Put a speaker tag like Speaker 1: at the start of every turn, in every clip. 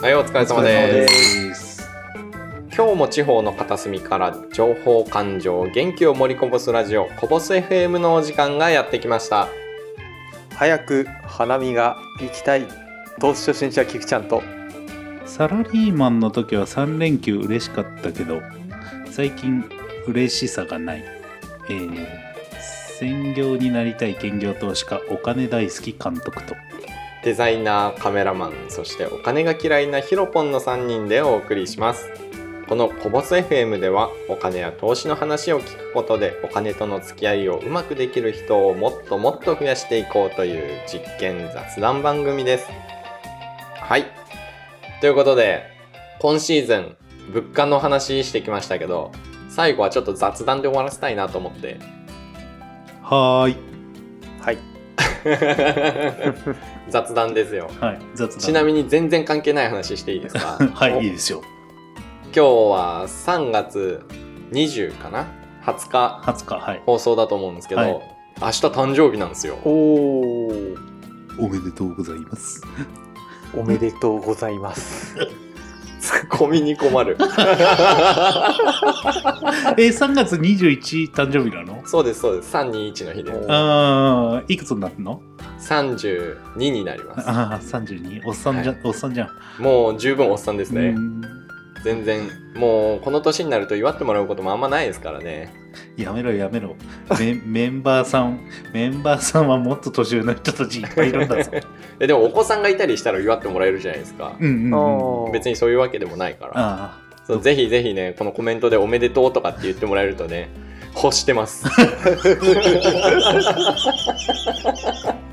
Speaker 1: はい、お疲れ
Speaker 2: お。
Speaker 1: 様です今日も地方の片隅から情報感情元気を盛りこぼすラジオこぼす FM のお時間がやってきました
Speaker 2: 早く花見が行きたい。投資初心者キクちゃんと。
Speaker 3: サラリーマンの時は3連休嬉しかったけど最近嬉しさがない、えー専業になりたい兼業投資家お金大好き監督と
Speaker 1: デザイナーカメラマンそしてお金が嫌いなヒロポンの3人でお送りしますこのこぼす FM ではお金や投資の話を聞くことでお金との付き合いをうまくできる人をもっともっと増やしていこうという実験雑談番組ですはいということで今シーズン物価の話してきましたけど最後はちょっと雑談で終わらせたいなと思って
Speaker 3: はーい
Speaker 2: はい。
Speaker 1: 雑談ですよ
Speaker 3: はい雑談
Speaker 1: ちなみに全然関係ない話していいですか
Speaker 3: はいいいですよ
Speaker 1: 今日は3月20かな20日
Speaker 3: 20日はい
Speaker 1: 放送だと思うんですけど、
Speaker 3: はい
Speaker 1: 明日誕生日なんですよ
Speaker 2: おおー。
Speaker 3: おめでとうございます
Speaker 2: おめでとうござ います。
Speaker 1: ツッコミに困る
Speaker 3: えー、3月21誕生日なの
Speaker 1: そうですそうです321の日で
Speaker 2: お
Speaker 3: あーいくつになるの
Speaker 1: 32になりま
Speaker 3: ああ32おっさんじゃ、おっさんじゃん
Speaker 1: すもう十分おっさんですね、
Speaker 3: うん
Speaker 1: 全然もうこの年になると祝ってもらうこともあんまないですからね
Speaker 3: やめろやめろメメンバーさんメンバーさんはもっと年上の人たちいっぱいいるんだぞ
Speaker 1: えでもお子さんがいたりしたら祝ってもらえるじゃないですか
Speaker 3: うんうん、うん、
Speaker 2: あー
Speaker 1: 別にそういうわけでもないから
Speaker 3: あ
Speaker 1: そうぜひぜひねこのコメントで「おめでとう」とかって言ってもらえるとね欲してます
Speaker 3: あ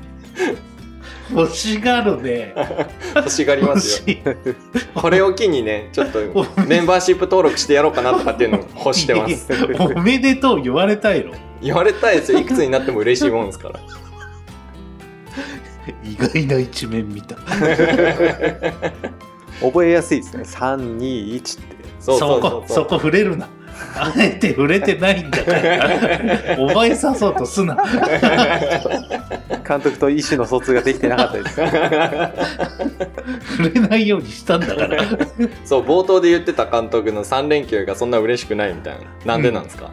Speaker 3: 欲しがるね
Speaker 1: 欲しがり
Speaker 3: 欲
Speaker 1: ますよ
Speaker 3: しい
Speaker 1: これを機にねちょ っと
Speaker 3: お
Speaker 1: メンバーシップ登録してやろうかなとかっていうのを欲してます
Speaker 3: おめでとう言われたいの
Speaker 1: 言われたいですよいくつになっても嬉しいもんですから
Speaker 3: 意外な一面見た
Speaker 2: 覚えやすいですね。三二一って。
Speaker 1: そ
Speaker 3: そう
Speaker 1: そうそう
Speaker 3: こそこ触れるなあえて触れてないんだからお前刺そうとすな
Speaker 2: 監督と意思の疎通ができてなかったです。
Speaker 3: 触れないようにしたんだから
Speaker 1: そう冒頭で言ってた監督の3連休がそんな嬉しくないみたいななんでなんですか、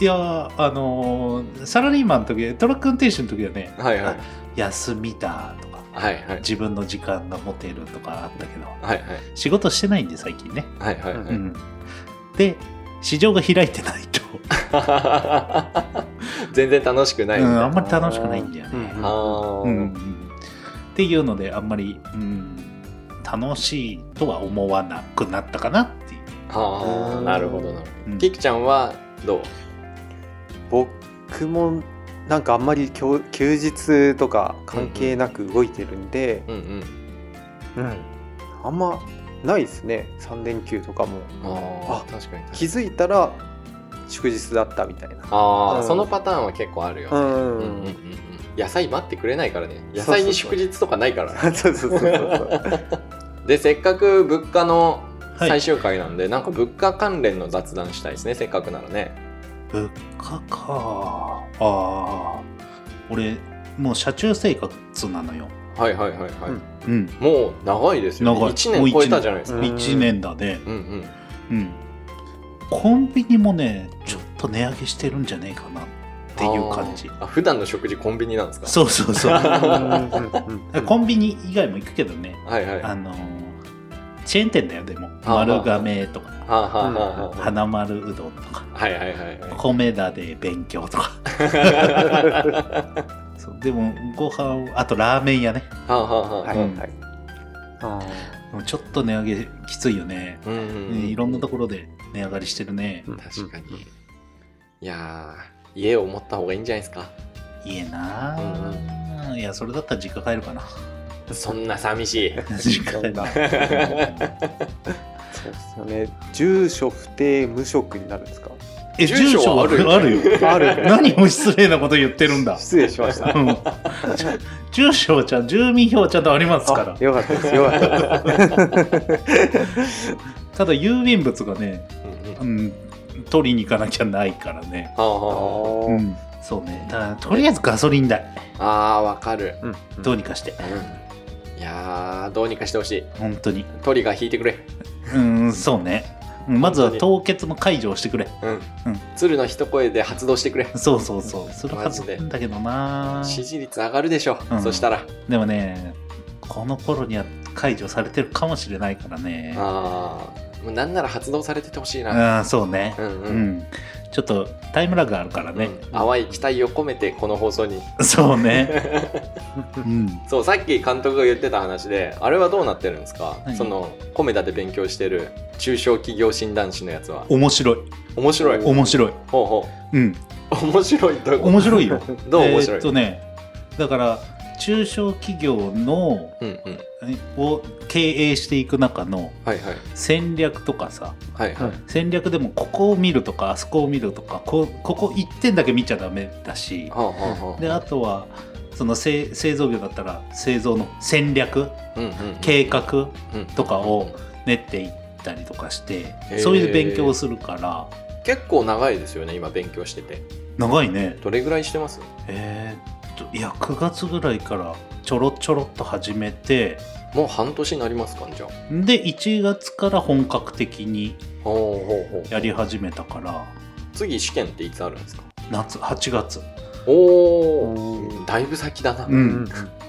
Speaker 3: いやーあのーサラリーマンの時トラック運転手の時はね
Speaker 1: はいはい
Speaker 3: 休みだとか
Speaker 1: はいはい
Speaker 3: 自分の時間が持てるとかあったけど
Speaker 1: はい
Speaker 3: 仕事してないんで最近ね、
Speaker 1: はいはいはいは
Speaker 3: う
Speaker 1: い
Speaker 3: ん、で市場が開いてないと、
Speaker 1: 全然楽しくないみ
Speaker 3: う
Speaker 1: たい
Speaker 3: ん、
Speaker 1: な、
Speaker 3: あんまり楽しくないんだよね、
Speaker 1: あー、
Speaker 3: うんうんっていうのであんまり、うん、楽しいとは思わなくなったかなっていう、
Speaker 1: あーなるほどなるほ
Speaker 3: う
Speaker 1: ど
Speaker 3: ん
Speaker 1: キキちゃんはどう
Speaker 2: 僕もなんかあんまり休休日とか関係なく動いてるんで、
Speaker 1: うんうん
Speaker 2: うん、あんまないですね。三連休とかも
Speaker 1: あ
Speaker 2: あ
Speaker 1: ー確かに
Speaker 2: 気づいたら祝日だったみたいな。
Speaker 1: ああ、
Speaker 2: うん
Speaker 1: そのパターンは結構あるよね、
Speaker 2: うん
Speaker 1: うんうんうん野菜待ってくれないからね野菜に祝日とかないからね
Speaker 2: そうそうそう そう。
Speaker 1: でせっかく物価の
Speaker 3: はい
Speaker 1: 最終回なんで、なんか物価関連の雑談したいですねせっかくならね
Speaker 3: 物価かあー俺もう車中生活なのよ、
Speaker 1: はいはいはいはい、
Speaker 2: うん
Speaker 3: うん、
Speaker 1: もう長いですよ、ね、
Speaker 3: 長い
Speaker 1: 1年超えたじゃないですか
Speaker 2: うん
Speaker 3: 1年だね、
Speaker 1: うんうん
Speaker 3: うん、コンビニもねちょっと値上げしてるんじゃねえかなっていう感じ
Speaker 1: あーあ普段の食事コンビニなんですか
Speaker 3: そうそうそう
Speaker 2: うん
Speaker 3: コンビニ以外も行くけどね
Speaker 1: はいはいは
Speaker 3: あのーチェーン店だよでも
Speaker 1: あ
Speaker 3: 丸亀とか
Speaker 1: あはあはあは
Speaker 3: 花丸うどんとか
Speaker 1: あはいはいはいはい
Speaker 3: 米田で勉強とかそうでもご飯あとラーメン屋ね
Speaker 1: はあはあはあ
Speaker 2: はい
Speaker 1: は
Speaker 2: はい。あ
Speaker 3: でもちょっと値上げきついよね、
Speaker 1: あうんうんう
Speaker 3: ねいろんなと
Speaker 1: こ
Speaker 3: ころで値上がりしてるね
Speaker 2: ー
Speaker 1: 確かにいやー家を持った方がいいんじゃないですか
Speaker 3: いいなあ、いやそれだったら実家帰る かな
Speaker 1: そんな寂しい
Speaker 3: 実家帰る
Speaker 2: そ
Speaker 3: な
Speaker 2: うそうですよね。住所不定無職になるんです か。
Speaker 3: え
Speaker 1: 住所はあるよ
Speaker 3: あるよ
Speaker 2: あ る
Speaker 3: 何を失礼なこと言ってるんだ
Speaker 2: 失礼しました。
Speaker 3: うん住所ちゃん住民票ちゃんとありますから
Speaker 2: あよかったです。よかった です。
Speaker 3: ただ郵便物がね
Speaker 1: うんうん
Speaker 3: うん、取りに行かなきゃないからね、
Speaker 1: はあはあはあ
Speaker 3: うん、そうねただとりあえずガソリン代
Speaker 1: あーわかる、
Speaker 2: うんうん
Speaker 3: どうにかして
Speaker 1: うん、いやーどうにかしてほしい
Speaker 3: 本当に
Speaker 1: トリガー引いてくれ
Speaker 3: うーんそうねうんまずは凍結の解除をしてくれ
Speaker 1: うん、
Speaker 3: ん
Speaker 1: 鶴の一声で発動してくれ
Speaker 3: そうそうそうするはず
Speaker 1: マジで
Speaker 3: なんだけどな
Speaker 1: 支持率上がるでしょ、
Speaker 3: うん
Speaker 1: そしたら
Speaker 3: でもねこの頃には解除されてるかもしれないからね
Speaker 1: あーもうなんなら発動されててほしいな、
Speaker 3: あーそうね
Speaker 1: うんう
Speaker 3: うん、
Speaker 1: ん
Speaker 3: ちょっとタイムラグあるから
Speaker 1: うん
Speaker 3: ね、
Speaker 1: 淡い期待を込めてこの放送に
Speaker 3: そうね うん
Speaker 1: そうさっき監督が言ってた話であれはどうなってるんですか、
Speaker 3: はい
Speaker 1: そのコメダで勉強してる中小企業診断士のやつは
Speaker 3: 面白い
Speaker 1: 面白いほう
Speaker 3: 面白い
Speaker 1: ほ
Speaker 3: うん
Speaker 1: う面白いどういうこと
Speaker 3: 面白いよ
Speaker 1: どう面白い
Speaker 3: えーっとねだから中小企業の
Speaker 1: うんうん
Speaker 3: えを経営していく中の
Speaker 1: はいはい
Speaker 3: 戦略とかさ
Speaker 1: はいはい、
Speaker 3: 戦略でもここを見るとかあそこを見るとかこここ1点だけ見ちゃダメだし
Speaker 1: はあはあはあ
Speaker 3: であとはその製製造業だったら製造の戦略
Speaker 1: うんうんうん
Speaker 3: 計画
Speaker 1: うん
Speaker 3: とかを練っていったりとかして
Speaker 1: へー
Speaker 3: そういう勉強をするから
Speaker 1: 結構長いですよね今勉強してて
Speaker 3: 長いね
Speaker 1: どれぐらいしてます
Speaker 3: えーっといや9月ぐらいからちょろちょろっと始めて
Speaker 1: もう半年になりますかじゃあ
Speaker 3: で1月から本格的に
Speaker 1: ほうほうほう
Speaker 3: やり始めたから
Speaker 1: 次試験っていつあるんですか
Speaker 3: 夏8月
Speaker 1: お
Speaker 2: お
Speaker 1: おだいぶ先だな、
Speaker 3: う
Speaker 2: うんん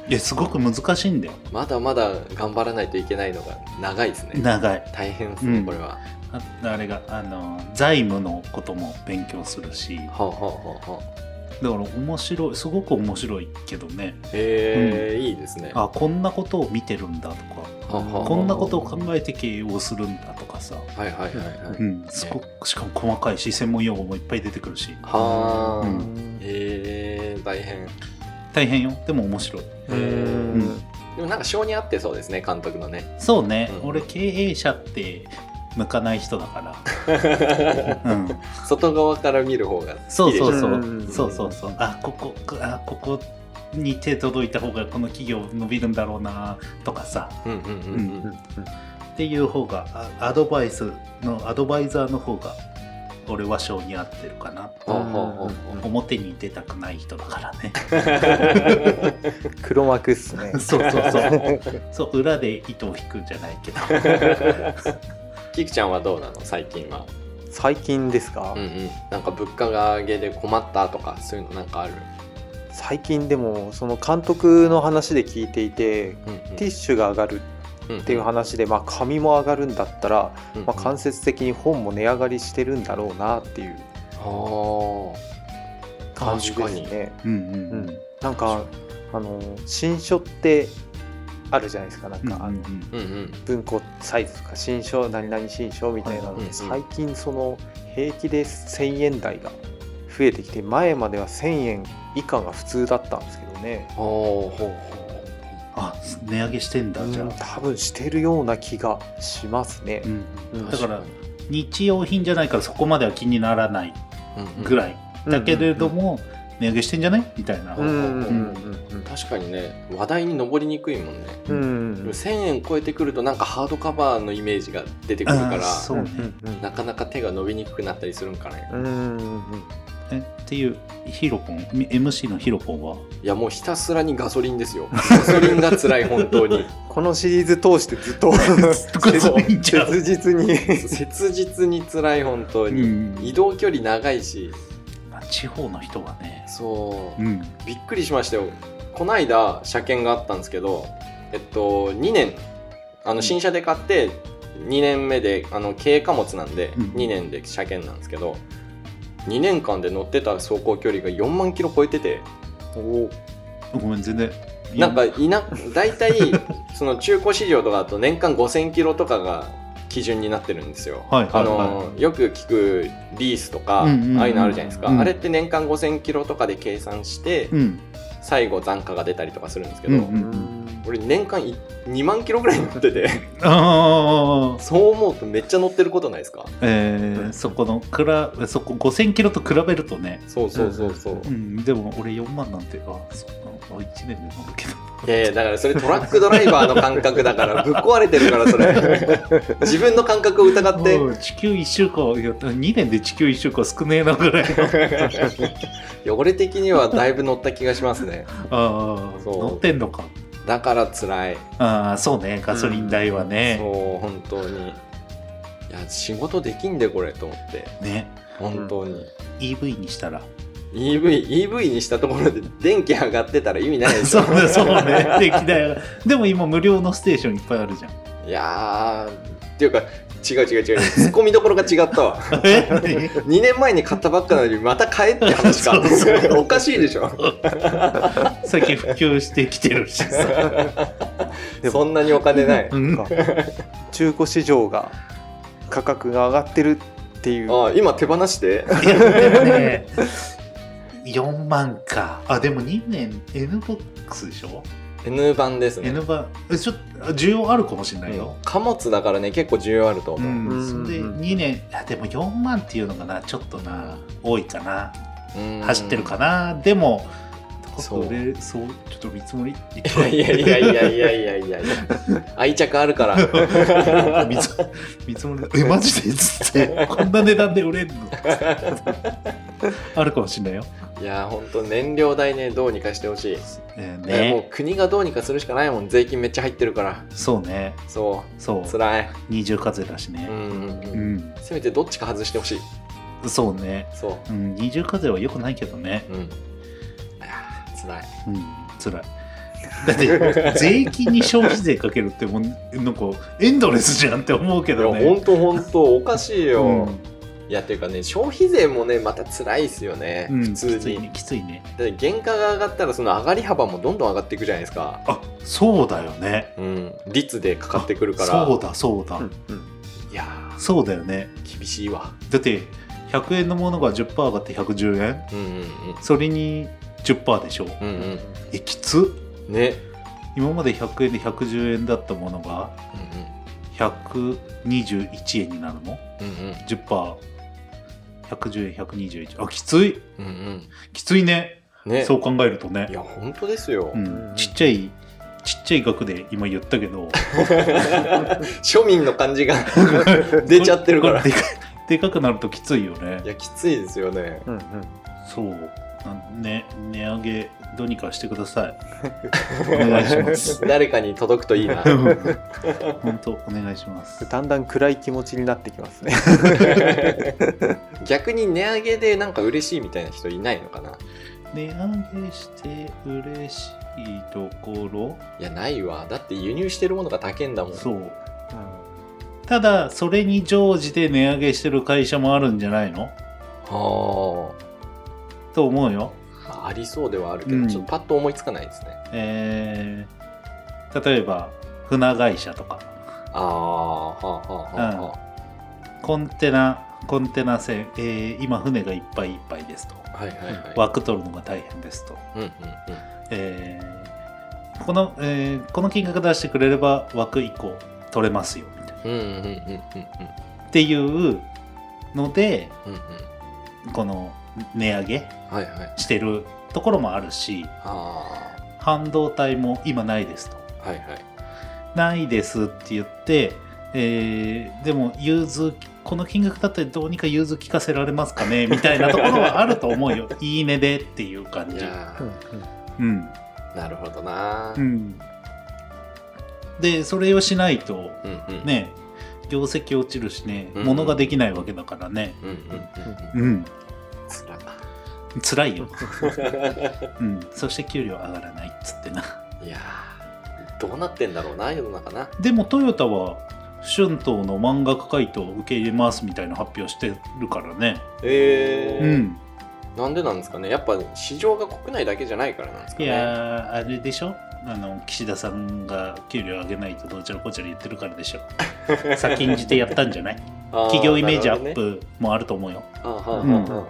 Speaker 3: いやすごく難しいんだよ
Speaker 1: まだまだ頑張らないといけないのが長いですね
Speaker 3: 長い
Speaker 1: 大変ですね、
Speaker 3: うん
Speaker 1: これは
Speaker 3: ああれがあの財務のことも勉強するし
Speaker 1: はあはあはあはあ
Speaker 3: だから面白いすごく面白いけどね
Speaker 1: へえ、いいですねは
Speaker 3: あこんなことを見てるんだとか
Speaker 1: あはあはあ
Speaker 3: こんなことを考えて経営をするんだとかさ、
Speaker 1: はいはいはいはい、
Speaker 3: うん、すごくしかも細かいし専門用語もいっぱい出てくるし
Speaker 1: はあ、
Speaker 3: うん
Speaker 1: へえ大変
Speaker 3: 大変よでも面白い
Speaker 1: うん
Speaker 3: うん
Speaker 1: でもなんか性に合ってそうですね監督のね
Speaker 3: そうね、
Speaker 1: うん
Speaker 3: 俺経営者って向かない人だから、うん、
Speaker 1: 外側から見る方が
Speaker 3: そ
Speaker 1: 好き
Speaker 3: う
Speaker 1: でし
Speaker 3: そ
Speaker 1: ょ
Speaker 3: うそう
Speaker 2: うん
Speaker 3: そうそうそうあここあここに手届いた方がこの企業伸びるんだろうなとかさ
Speaker 1: うんうんうんうん
Speaker 3: っていう方があアドバイスのアドバイザーの方が俺は性に合ってるかな
Speaker 1: はあはあはあはあ
Speaker 3: 表に出たくない人だから ね
Speaker 2: 黒幕っすね
Speaker 3: そうそうそうそう裏で糸を引くんじゃないけど
Speaker 1: キクちゃんはどうなの最近は
Speaker 2: 最近ですか、
Speaker 1: うんうんなんか物価が上げで困ったとかそういうのなんかある、
Speaker 2: 最近でもその監督の話で聞いてい
Speaker 1: う
Speaker 2: て
Speaker 1: んうん
Speaker 2: ティッシュが上がる
Speaker 1: うん
Speaker 2: っていう話で、まあ、紙も上がるんだったら、
Speaker 1: うん
Speaker 2: まあ、間接的に本も値上がりしてるんだろうなっていう
Speaker 1: あ
Speaker 2: 感じです
Speaker 1: 確か
Speaker 2: ね。
Speaker 3: うんうんうん
Speaker 2: なんかあの新書ってあるじゃないですかなん
Speaker 3: うんう
Speaker 2: か、あの
Speaker 3: ん
Speaker 1: ーうんうん
Speaker 2: 文庫サイズとか新書何々新書みたいな
Speaker 1: は
Speaker 2: の
Speaker 1: い
Speaker 2: で、
Speaker 1: はい
Speaker 2: 最近その平気で1,000円台が増えてきて前までは1,000円以下が普通だったんですけどね。
Speaker 1: あーほうほう
Speaker 3: あ値上げしてんだじゃ
Speaker 2: うん
Speaker 3: あ、
Speaker 2: 多分してるような気がしますね
Speaker 3: う。ん、
Speaker 2: うん
Speaker 3: だか
Speaker 1: 確
Speaker 3: ら
Speaker 1: か
Speaker 3: 日用品じゃないからそこまでは気にならない
Speaker 1: うんうん
Speaker 3: ぐらい、だけれども、値上げしてんじゃないみたいな、
Speaker 2: うんうんうん
Speaker 1: 確かにね話題に上りにくいもんね、
Speaker 2: うんうん
Speaker 1: でも1000円超えてくるとなんかハードカバーのイメージが出てくるか
Speaker 3: あー
Speaker 1: ら
Speaker 3: そうね、
Speaker 1: なかなか手が伸びにくくなったりするんかね
Speaker 2: うんうんうん
Speaker 3: えっていうヒロポン MC のヒロポ ンはい
Speaker 1: やもうひたすらにガソリンですよガソリンが辛い本当に
Speaker 2: このシリーズ通してずっと
Speaker 3: ガソリンじゃん
Speaker 2: 切実に
Speaker 1: 切実に辛い本当に、移動距離長いし
Speaker 3: まあ地方の人はね、、
Speaker 1: そううんびっくりしましたよこないだ車検があったんですけどえっと2年あの新車で買って2年目であの軽貨物なんで
Speaker 3: うん
Speaker 1: 2年で車検なんですけど2年間で乗ってた走行距離が4万キロ超えてて
Speaker 3: ごめん全然
Speaker 1: なんかいな大 体その中古市場とかだと年間5000キロとかが基準になってるんですよ、
Speaker 3: はいはいは
Speaker 1: あ
Speaker 3: い
Speaker 1: のよく聞くリースとか、
Speaker 3: うんうんうん
Speaker 1: ああいうのあるじゃないですか、
Speaker 3: うん
Speaker 1: あれって年間5000キロとかで計算して、
Speaker 3: うん
Speaker 1: 最後残価が出たりとかするんですけ
Speaker 3: う
Speaker 1: ど、
Speaker 3: んうん
Speaker 1: 俺年間い2万キロぐらい乗って て
Speaker 3: ああ
Speaker 1: そう思うとめっちゃ乗ってることないですか
Speaker 3: えーそこのくらそこ5000キロと比べるとね
Speaker 1: そうそうそうそう
Speaker 3: うんでも俺4万なんてあそうなの1年で乗るけど
Speaker 1: いやいやだからそれトラックドライバーの感覚だからぶっ壊れてるからそ れ自分の感覚を疑って
Speaker 3: うん地球1週間いや2年で地球1週間少ねえなぐらい の
Speaker 1: 汚れ的にはだいぶ乗った気がしますね
Speaker 3: ああ
Speaker 1: そう
Speaker 3: 乗ってんのか
Speaker 1: だから辛い
Speaker 3: ああそうねガソリン代はね、
Speaker 1: そう本当にいや仕事できんでこれと思って
Speaker 3: ね
Speaker 1: 本当に、
Speaker 3: EV にしたら
Speaker 1: EV, EV にしたところで電気上がってたら意味ないです
Speaker 3: そ
Speaker 1: よ
Speaker 3: うねそうねできないでも今無料のステーションいっぱいあるじゃん
Speaker 1: いやーっていうか違う違う違うツッコミどころが違ったわ
Speaker 3: え
Speaker 1: 2年前に買ったばっかなのにまた買えって話か
Speaker 3: そうそう
Speaker 1: おかしいでしょ
Speaker 3: 何最近普及してきてる しさ
Speaker 2: でも
Speaker 1: そんなにお金 ない
Speaker 3: うん
Speaker 2: か中古市場が価格が上がってるっていう
Speaker 1: あ今手放して
Speaker 3: いやでもね4万かあでも2年 N ボックスでしょ、
Speaker 1: N 版ですね
Speaker 3: N 版えちょっと需要あるかもしれないよ、
Speaker 1: 貨物だからね結構重要あると
Speaker 3: う
Speaker 1: 思う、
Speaker 3: ん
Speaker 2: うん
Speaker 3: それで2年あでも4万っていうのがなちょっとな多いかな
Speaker 1: うん
Speaker 3: 走ってるかな、でも
Speaker 1: そう
Speaker 3: 高く売れるそうちょっと見積もりい
Speaker 1: いやいやいやいやいやいやいやいや愛着あるから
Speaker 3: 見積見積もりえマジでっつってこんな値段で売れるのあるかもしれないよ、
Speaker 1: いや本当燃料代ねどうにかしてほしい、
Speaker 3: えー
Speaker 1: ね、もう
Speaker 3: ね
Speaker 1: 国がどうにかするしかないもん税金めっちゃ入ってるから
Speaker 3: そうね
Speaker 1: そ
Speaker 3: そうう
Speaker 1: 辛い
Speaker 3: 二重課税だし
Speaker 1: う
Speaker 3: ね
Speaker 1: んうん
Speaker 3: う
Speaker 1: うん
Speaker 3: ん、
Speaker 1: せめてどっちか外してほしい
Speaker 3: そうね、
Speaker 1: そ
Speaker 3: うん、二重課税は良くないけどね
Speaker 1: ううんいや辛い
Speaker 3: うん辛いだって税金に消費税かけるってもうなんかエンドレスじゃんって思うけ
Speaker 1: いや
Speaker 3: どね
Speaker 1: 本当本当おかしいよ、
Speaker 3: うん
Speaker 1: いやっていうかね消費税もねまた辛いですよね、
Speaker 3: うん、
Speaker 1: 普通
Speaker 3: きついね
Speaker 1: に
Speaker 3: きついね
Speaker 1: だって原価が上がったらその上がり幅もどんどん上がっていくじゃないですか
Speaker 3: あそうだよね
Speaker 1: うん率でかかってくるから
Speaker 3: そうだそうだ、
Speaker 2: うんうん
Speaker 1: いや
Speaker 3: そうだよね
Speaker 1: ー厳しいわ
Speaker 3: だって100円のものが10%上がって110円
Speaker 1: うんうん
Speaker 3: それに10%でしょ
Speaker 1: うんうん
Speaker 3: えきつ
Speaker 1: うんね
Speaker 3: 今まで100円で110円だったものが121円になるの
Speaker 1: うんうん
Speaker 3: ?10%110 円121あきつい
Speaker 1: うんうんうん
Speaker 3: きついね
Speaker 1: うんね
Speaker 3: そう考えるとね
Speaker 1: いや本当ですよ、
Speaker 3: うん、ちっちゃいちっちゃい額で今言ったけど
Speaker 1: 庶民の感じ が 出ちゃってるから
Speaker 3: これでかでかくなるときついよね
Speaker 1: いやきついですよね
Speaker 2: うんうん
Speaker 3: そうなんね値上げどうにかしてくださいお願いします
Speaker 1: 誰かに届くといいな
Speaker 3: 本当お願いします。
Speaker 2: だんだん暗い気持ちになってきますね
Speaker 1: 逆に値上げでなんか嬉しいみたいな人いないのかな
Speaker 3: 値上げして嬉しいところ、
Speaker 1: いやないわだって輸入してるものが高いんだもん
Speaker 3: そう。ただそれに乗じて値上げしてる会社もあるんじゃないの
Speaker 1: は
Speaker 3: と思うよ。
Speaker 1: あありそうではあるけど、
Speaker 3: うん
Speaker 1: ちょっとパッと思いつかないですね
Speaker 3: えー例えば船会社とか
Speaker 1: ああはあはあはあは
Speaker 3: コンテナコンテナ船、えー今船がいっぱいいっぱいですと。
Speaker 1: あ、はいはいはい
Speaker 3: 枠取るのが大変ですと。
Speaker 1: うんうん
Speaker 3: えーこの、えーこの金額出してくれれば枠1個取れますよみたいな。
Speaker 1: うんうんうんうんうん
Speaker 3: っていうので
Speaker 1: うんうんうん
Speaker 3: この値上げ
Speaker 1: はいはい
Speaker 3: してるところもあるし
Speaker 1: あ
Speaker 3: 半導体も今ないですと
Speaker 1: あはいはい
Speaker 3: ないですって言って、えーでも融通この金額だったらどうにか融通聞かせられますかねみたいなところはあると思 うよいいねでっていう感
Speaker 1: い
Speaker 3: じ
Speaker 1: や
Speaker 2: うん
Speaker 1: ー
Speaker 2: うん
Speaker 3: うん
Speaker 1: なるほどな
Speaker 3: う、んでそれをしないと
Speaker 1: うん、うんうん
Speaker 3: ね業績落ちるしね
Speaker 1: うん
Speaker 3: 物ができないわけだからね
Speaker 1: うんうんうん
Speaker 3: うん
Speaker 1: つら
Speaker 3: 辛いよ、 うん、そして給料上がらないっつってない
Speaker 1: やーどうなってんだろうな世の中な
Speaker 3: でもトヨタは春闘の漫画家回答を受け入れますみたいな発表してるからね
Speaker 1: え
Speaker 3: う
Speaker 1: ー
Speaker 3: ん
Speaker 1: なんでなんですかねやっぱ市場が国内だけじゃないからなんですか
Speaker 3: い
Speaker 1: ね
Speaker 3: やーあれでしょあの岸田さんが給料上げないとどうちゃらこうちゃら言ってるからで しょ先んじてやったんじゃない
Speaker 1: あー
Speaker 3: 企業イメージアッ
Speaker 1: なる
Speaker 3: プもあると思うよ
Speaker 1: ほどねあーはあはあはあは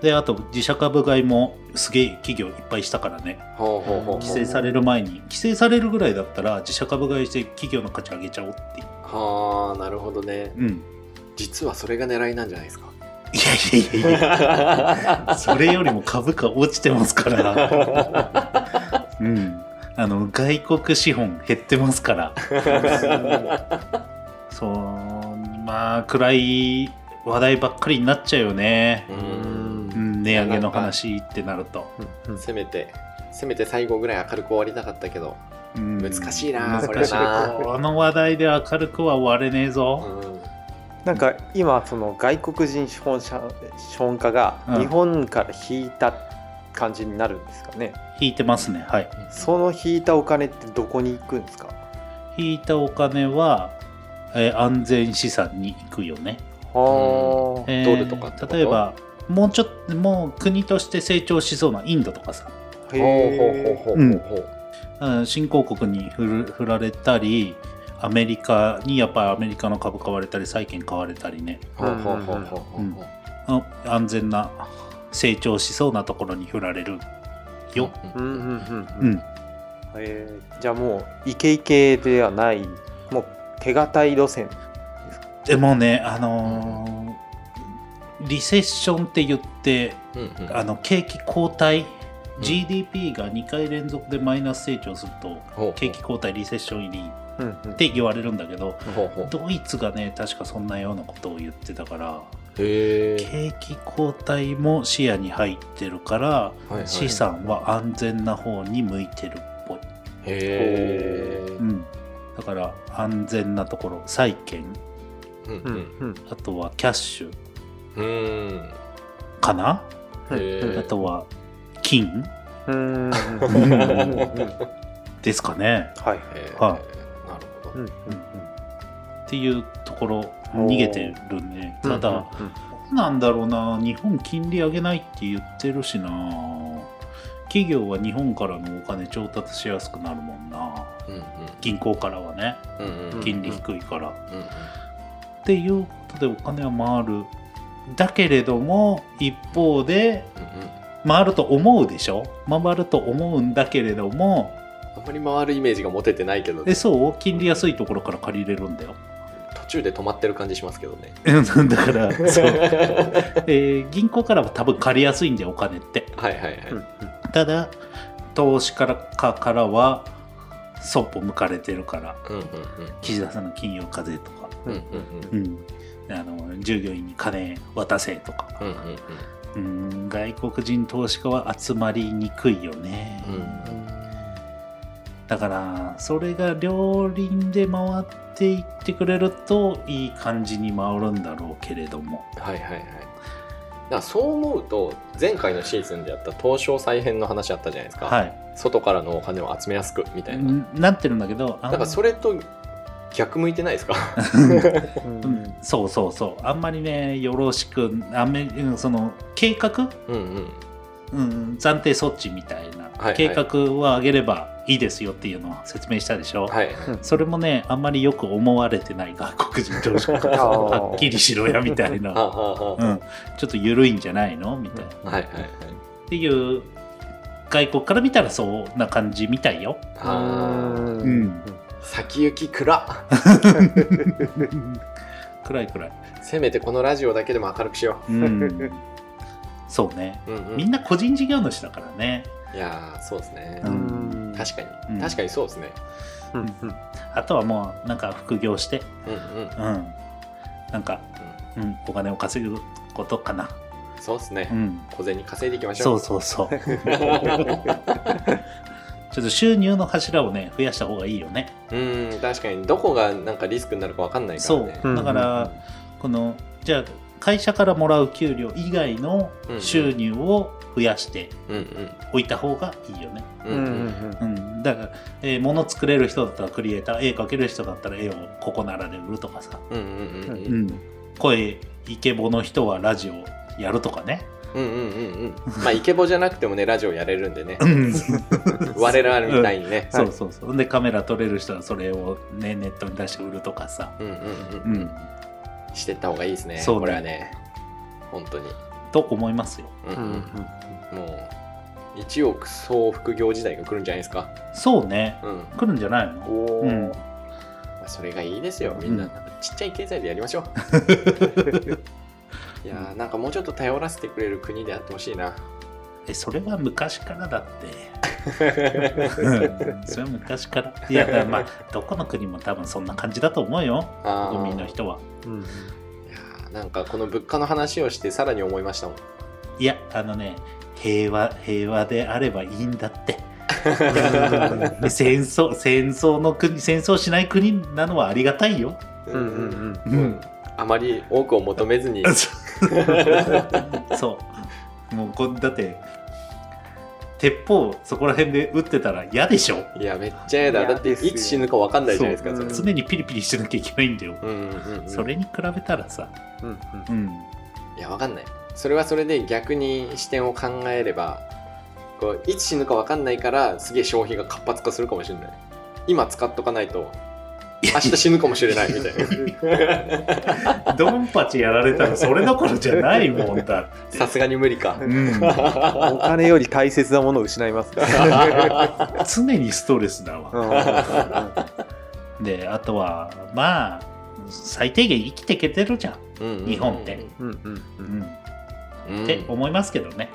Speaker 3: であと自社株買いもすげえ企業いっぱいしたからね
Speaker 1: ほうほうほうほう
Speaker 3: 規制される前に規制されるぐらいだったら自社株買いして企業の価値上げちゃおうっていう
Speaker 1: はあなるほどね
Speaker 3: うん
Speaker 1: 実はそれが狙いなんじゃないです か
Speaker 3: いやいやいやいやそれよりも株価落ちてますから うんあの外国資本減ってますからそうまあ暗い話題ばっかりになっちゃうよね
Speaker 1: う、
Speaker 3: うんん、値上げの話ってなると、
Speaker 1: せめてせめて最後ぐらい明るく終わりたかったけど
Speaker 3: うん
Speaker 1: 難しいな
Speaker 3: 難し
Speaker 1: これな
Speaker 3: この話題で明るくは終われねえ
Speaker 1: う
Speaker 3: ぞ、
Speaker 1: ん
Speaker 2: なんか今その外国人資本者資本家が
Speaker 3: うん
Speaker 2: 日本から引いた感じになるんですかね、
Speaker 3: 引いてますねはい
Speaker 2: その引いたお金ってどこに行くんですか
Speaker 3: 引いたお金は、えー安全資産に行くよね
Speaker 2: はあ、
Speaker 3: えー
Speaker 1: ドルとかってこと
Speaker 3: 例えばもうちょっともう国として成長しそうなインドとかさ、
Speaker 2: へえ
Speaker 1: ほうほうほうほう
Speaker 3: うん
Speaker 1: ほう
Speaker 3: うん、新興国に振る振られたりアメリカにやっぱりアメリカの株買われたり債券買われたりね
Speaker 1: ほうほうほうほうほう
Speaker 3: うんあ安全な成長しそうなところに振られるよ、
Speaker 2: うんうんうん
Speaker 3: う
Speaker 2: うん
Speaker 3: ん、
Speaker 2: へえじゃあもうイケイケではないもう手堅い路線
Speaker 3: でもねあのーリセッションって言って
Speaker 1: うんうん
Speaker 3: あの景気後退
Speaker 1: うん
Speaker 3: GDP が2回連続でマイナス成長すると
Speaker 1: ほうほう
Speaker 3: 景気後退リセッション入りっ
Speaker 2: うんうん
Speaker 3: て言われるんだけど
Speaker 1: ほうほう
Speaker 3: ドイツがね確かそんなようなことを言ってたから
Speaker 1: へえ
Speaker 3: 景気後退も視野に入ってるから
Speaker 1: はいはい
Speaker 3: 資産は安全な方に向いてるっぽい、
Speaker 1: へえ
Speaker 3: うん、だから安全なところ債券
Speaker 1: うん
Speaker 2: う
Speaker 1: うんん
Speaker 2: うん
Speaker 3: あとはキャッシュ
Speaker 1: うん
Speaker 3: かな
Speaker 2: うん
Speaker 1: へ
Speaker 3: あとは金
Speaker 2: うんうん
Speaker 3: うん
Speaker 2: は
Speaker 3: ですかね
Speaker 2: い
Speaker 1: えー
Speaker 3: は
Speaker 1: なるほど
Speaker 2: うんうん
Speaker 3: っていうところ逃げてるね
Speaker 2: うん
Speaker 3: ただ、なんだろうな日本金利上げないって言ってるしな企業は日本からのお金調達しやすくなるもんな
Speaker 1: うんうん
Speaker 3: 銀行からはね
Speaker 1: うんうん
Speaker 3: 金利低いから、っ
Speaker 1: うんうん
Speaker 3: ていうことでお金は回るだけれども一方で
Speaker 1: うんうん
Speaker 3: 回ると思うでしょ回ると思うんだけれども
Speaker 1: あんまり回るイメージが持ててないけど
Speaker 3: えそう金利安いところから借りれるんだよ
Speaker 1: 途中で止まってる感じしますけどね
Speaker 3: うんだから そう、
Speaker 1: は
Speaker 3: えー銀行からは多分借りやすいんだよお金って
Speaker 1: いはいはい、
Speaker 3: ただ投資家からからはそっぽ向かれてるから
Speaker 1: うんうん
Speaker 3: 岸田さんの金融課税とか、
Speaker 1: うんうんうん
Speaker 3: う
Speaker 1: うん
Speaker 3: ん、あの従業員に金渡せとか、
Speaker 1: うんうん
Speaker 3: うん、外国人投資家は集まりにくいよね、
Speaker 1: うん
Speaker 3: だからそれが両輪で回っていってくれるといい感じに回るんだろうけれども
Speaker 1: はいはいはいだからそう思うと前回のシーズンでやった東証再編の話あったじゃないですか、
Speaker 3: はい
Speaker 1: 外からのお金を集めやすくみたいな、
Speaker 3: うんなってるんだけどあ
Speaker 1: なんかそれと逆向いてないですか
Speaker 2: うん
Speaker 3: うんそうそうそうあんまりねよろしくあんまりうんその計画
Speaker 1: うんうん
Speaker 3: うん、暫定措置みたいな、
Speaker 1: はい
Speaker 3: 計画を上げればいいですよっていうのを説明したでしょ、
Speaker 1: はい
Speaker 3: それもねあんまりよく思われてない外国人投資 家
Speaker 2: あー
Speaker 3: はっきりしろやみたい
Speaker 1: は あ
Speaker 3: な、
Speaker 1: はあは
Speaker 3: うん、ちょっと緩いんじゃないのみたいな、っ
Speaker 1: あはいはいはい
Speaker 3: ていう外国から見たらそんな感じみたいよ、
Speaker 1: あ
Speaker 2: う
Speaker 3: うんん
Speaker 1: ー先行き暗っ
Speaker 3: 暗い暗い、
Speaker 1: せめてこのラジオだけでも明るくしよ
Speaker 3: うん、そうね
Speaker 1: う、うんうん、
Speaker 3: みんな個人事業主だからね
Speaker 1: いやーそうですね、
Speaker 3: うん
Speaker 1: 確かに、
Speaker 3: うん
Speaker 1: 確かにそうですね
Speaker 2: うんうん
Speaker 3: あとはもうなんか副業して
Speaker 1: うんうん
Speaker 3: うんなんか、うん、お金を稼ぐことかな
Speaker 1: そうですね、
Speaker 3: うん
Speaker 1: 小銭稼いでいきまし
Speaker 3: そ
Speaker 1: ょ
Speaker 3: う
Speaker 1: う
Speaker 3: そうそう ちょっと収入の柱をね増やした方がいいよね
Speaker 1: うーん確かにどこがなんかリスクになるかわかんないから
Speaker 3: そう
Speaker 1: ね
Speaker 2: うん
Speaker 3: だからこのじゃあ会社からもらう給料以外の収入を増やして
Speaker 1: うんうん
Speaker 3: おいた方がいいよね、
Speaker 1: うん
Speaker 2: うん
Speaker 1: うん
Speaker 3: うん、だから、えー物作れる人だったらクリエイター絵描ける人だったら絵をここならで売るとかさ、
Speaker 1: うんうんうんうん
Speaker 3: うん、声イケボの人はラジオやるとかね、
Speaker 1: うんうんうんうんまあイケボじゃなくてもねラジオやれるんでね
Speaker 3: うん、
Speaker 1: 我らみたいにね
Speaker 3: そうそうそう。で、カメラ撮れる人はそれをね、ネットに出して売るとかさ。
Speaker 1: うんうん
Speaker 3: う
Speaker 1: うん
Speaker 3: ん。
Speaker 1: してった方がいいですね
Speaker 3: そうね
Speaker 1: これはね本当に
Speaker 3: と思いますよ
Speaker 1: うん
Speaker 2: うんうん
Speaker 1: もう1億総副業時代が来るんじゃないですか
Speaker 3: そうね
Speaker 1: うん
Speaker 3: 来るんじゃないの
Speaker 2: お
Speaker 3: う
Speaker 2: ー
Speaker 3: ん
Speaker 1: まあそれがいいですよみんな、
Speaker 3: うん
Speaker 1: ちっちゃい経済でやりましょういやーなんかもうちょっと頼らせてくれる国であってほしいな
Speaker 3: えそれは昔からだってうんそれは昔からいやだからまあどこの国も多分そんな感じだと思うよ
Speaker 1: あ
Speaker 3: 国民の
Speaker 1: ーい
Speaker 3: 人は
Speaker 2: うん
Speaker 1: やーなんかこの物価の話をしてさらに思いましたもん
Speaker 3: いやあのね平和平和であればいいんだって戦争戦争の国戦争しない国なのはありがたいよ
Speaker 2: うんうんうん
Speaker 3: うん
Speaker 1: あまり多くを求め ずに
Speaker 3: そうもうこだって鉄砲そこら辺で撃ってたら嫌でしょ
Speaker 1: いやめっちゃ嫌だ
Speaker 2: いや
Speaker 1: だってい
Speaker 2: ですよ
Speaker 1: つ死ぬか分かんないじゃないですか
Speaker 2: そ
Speaker 1: そうれ
Speaker 3: 常にピリピリしてなきゃいけないんだよ、
Speaker 1: うんうんうん
Speaker 3: それに比べたらさ
Speaker 2: うん
Speaker 3: うん
Speaker 1: いやわかんないそれはそれで逆に視点を考えればこういつ死ぬかわかんないからすげえ消費が活発化するかもしれない今使っとかないと明日死ぬかもしれないみたいな
Speaker 3: ドンパチやられたらそれどころじゃないもんだ、
Speaker 1: さすがに無理 か
Speaker 3: うん、
Speaker 2: お金より大切なものを失いますから
Speaker 3: 常にストレスだ
Speaker 2: う
Speaker 3: わ、
Speaker 2: んうんうん
Speaker 3: であとはまあ最低限生きていけてるじゃん、日本って
Speaker 2: うんうんう
Speaker 3: うんん
Speaker 1: うん
Speaker 3: って思いますけどね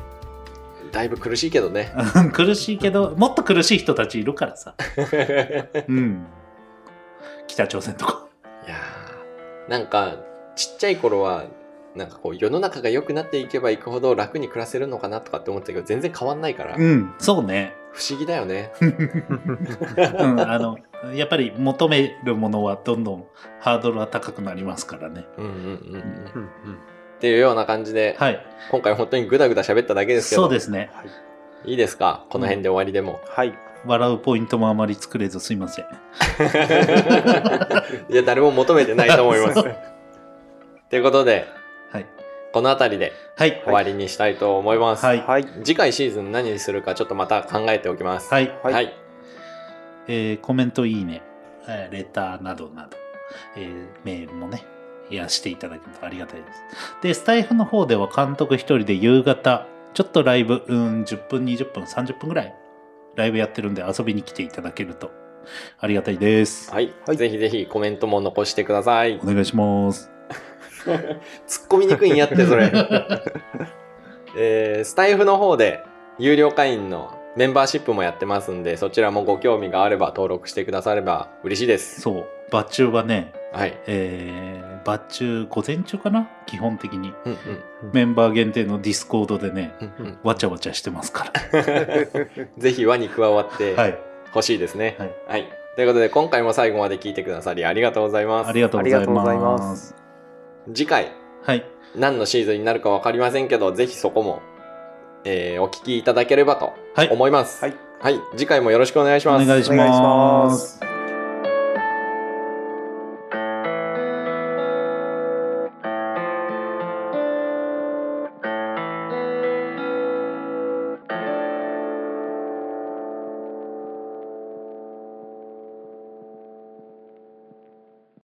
Speaker 1: だいぶ苦しいけど ね
Speaker 3: 苦しいけどもっと苦しい人たちいるからさ、うん、北朝鮮とか
Speaker 1: いやーなんかちっちゃい頃はなんかこう世の中が良くなっていけばいくほど楽に暮らせるのかなとかって思ってたけど全然変わんないから、
Speaker 3: うんそうね、
Speaker 1: 不思議だよね
Speaker 3: うん、あのやっぱり求めるものはどんどんハードルは高くなりますからね
Speaker 1: うんうんうんうん
Speaker 2: うんうん
Speaker 1: っていうような感じで、
Speaker 3: はい
Speaker 1: 今回本当にグダグダ喋っただけですけど
Speaker 3: そうですね
Speaker 2: はい
Speaker 1: いいですかこの辺で終わりでも。
Speaker 2: はい
Speaker 3: 笑うポイントもあまり作れずすいません
Speaker 1: いや、誰も求めてないと思います。
Speaker 3: そう
Speaker 1: ということで、
Speaker 3: はい
Speaker 1: この辺りで
Speaker 3: はい
Speaker 1: 終わりにしたいと思います。
Speaker 3: はい
Speaker 2: はい
Speaker 1: 次回シーズン何にするかちょっとまた考えておきます。
Speaker 3: はい
Speaker 1: はい。
Speaker 2: は
Speaker 3: えーコメント、いいね、えーレターなどなど、えーメールもね、いや、していただけるとありがたいです。で、スタイフの方では監督一人で夕方、ちょっとライブ、うん、10分、20分、30分ぐらい、ライブやってるんで遊びに来ていただけるとありがたいです。
Speaker 1: はい
Speaker 2: はい
Speaker 1: ぜひぜひコメントも残してください
Speaker 3: お。願いします。
Speaker 1: 突っ込みにくいんやって、そ れ。えースタイフの方で、有料会員のメンバーシップもやってますんで、そちらもご興味があれば登録してくだされば嬉しいです。
Speaker 3: そう、バッチューはね、
Speaker 1: はい。
Speaker 3: えーバッチュー午前中かな基本的に。
Speaker 1: うん
Speaker 3: メンバー限定のディスコードでね、
Speaker 1: うんうん
Speaker 3: わちゃわちゃしてますか
Speaker 1: うん。ぜひ輪に加わって、
Speaker 3: ら。はい。
Speaker 1: 欲しいですね。
Speaker 3: はい
Speaker 1: はい、ということで今回も最後まで聞いてくださりありがとうございます
Speaker 3: あ。りがとうござい
Speaker 2: ありがとうござい
Speaker 3: ま。
Speaker 2: ます
Speaker 1: 次回
Speaker 3: はい。
Speaker 1: 何のシーズンになるか分かりませんけどぜひそこも、えーお聞きいただければと
Speaker 3: はい
Speaker 1: 思います。
Speaker 2: はい
Speaker 1: はい、次回もよろしくお願いし
Speaker 3: お
Speaker 1: ます。
Speaker 3: 願いし
Speaker 2: お願いし
Speaker 3: ま
Speaker 2: ますす。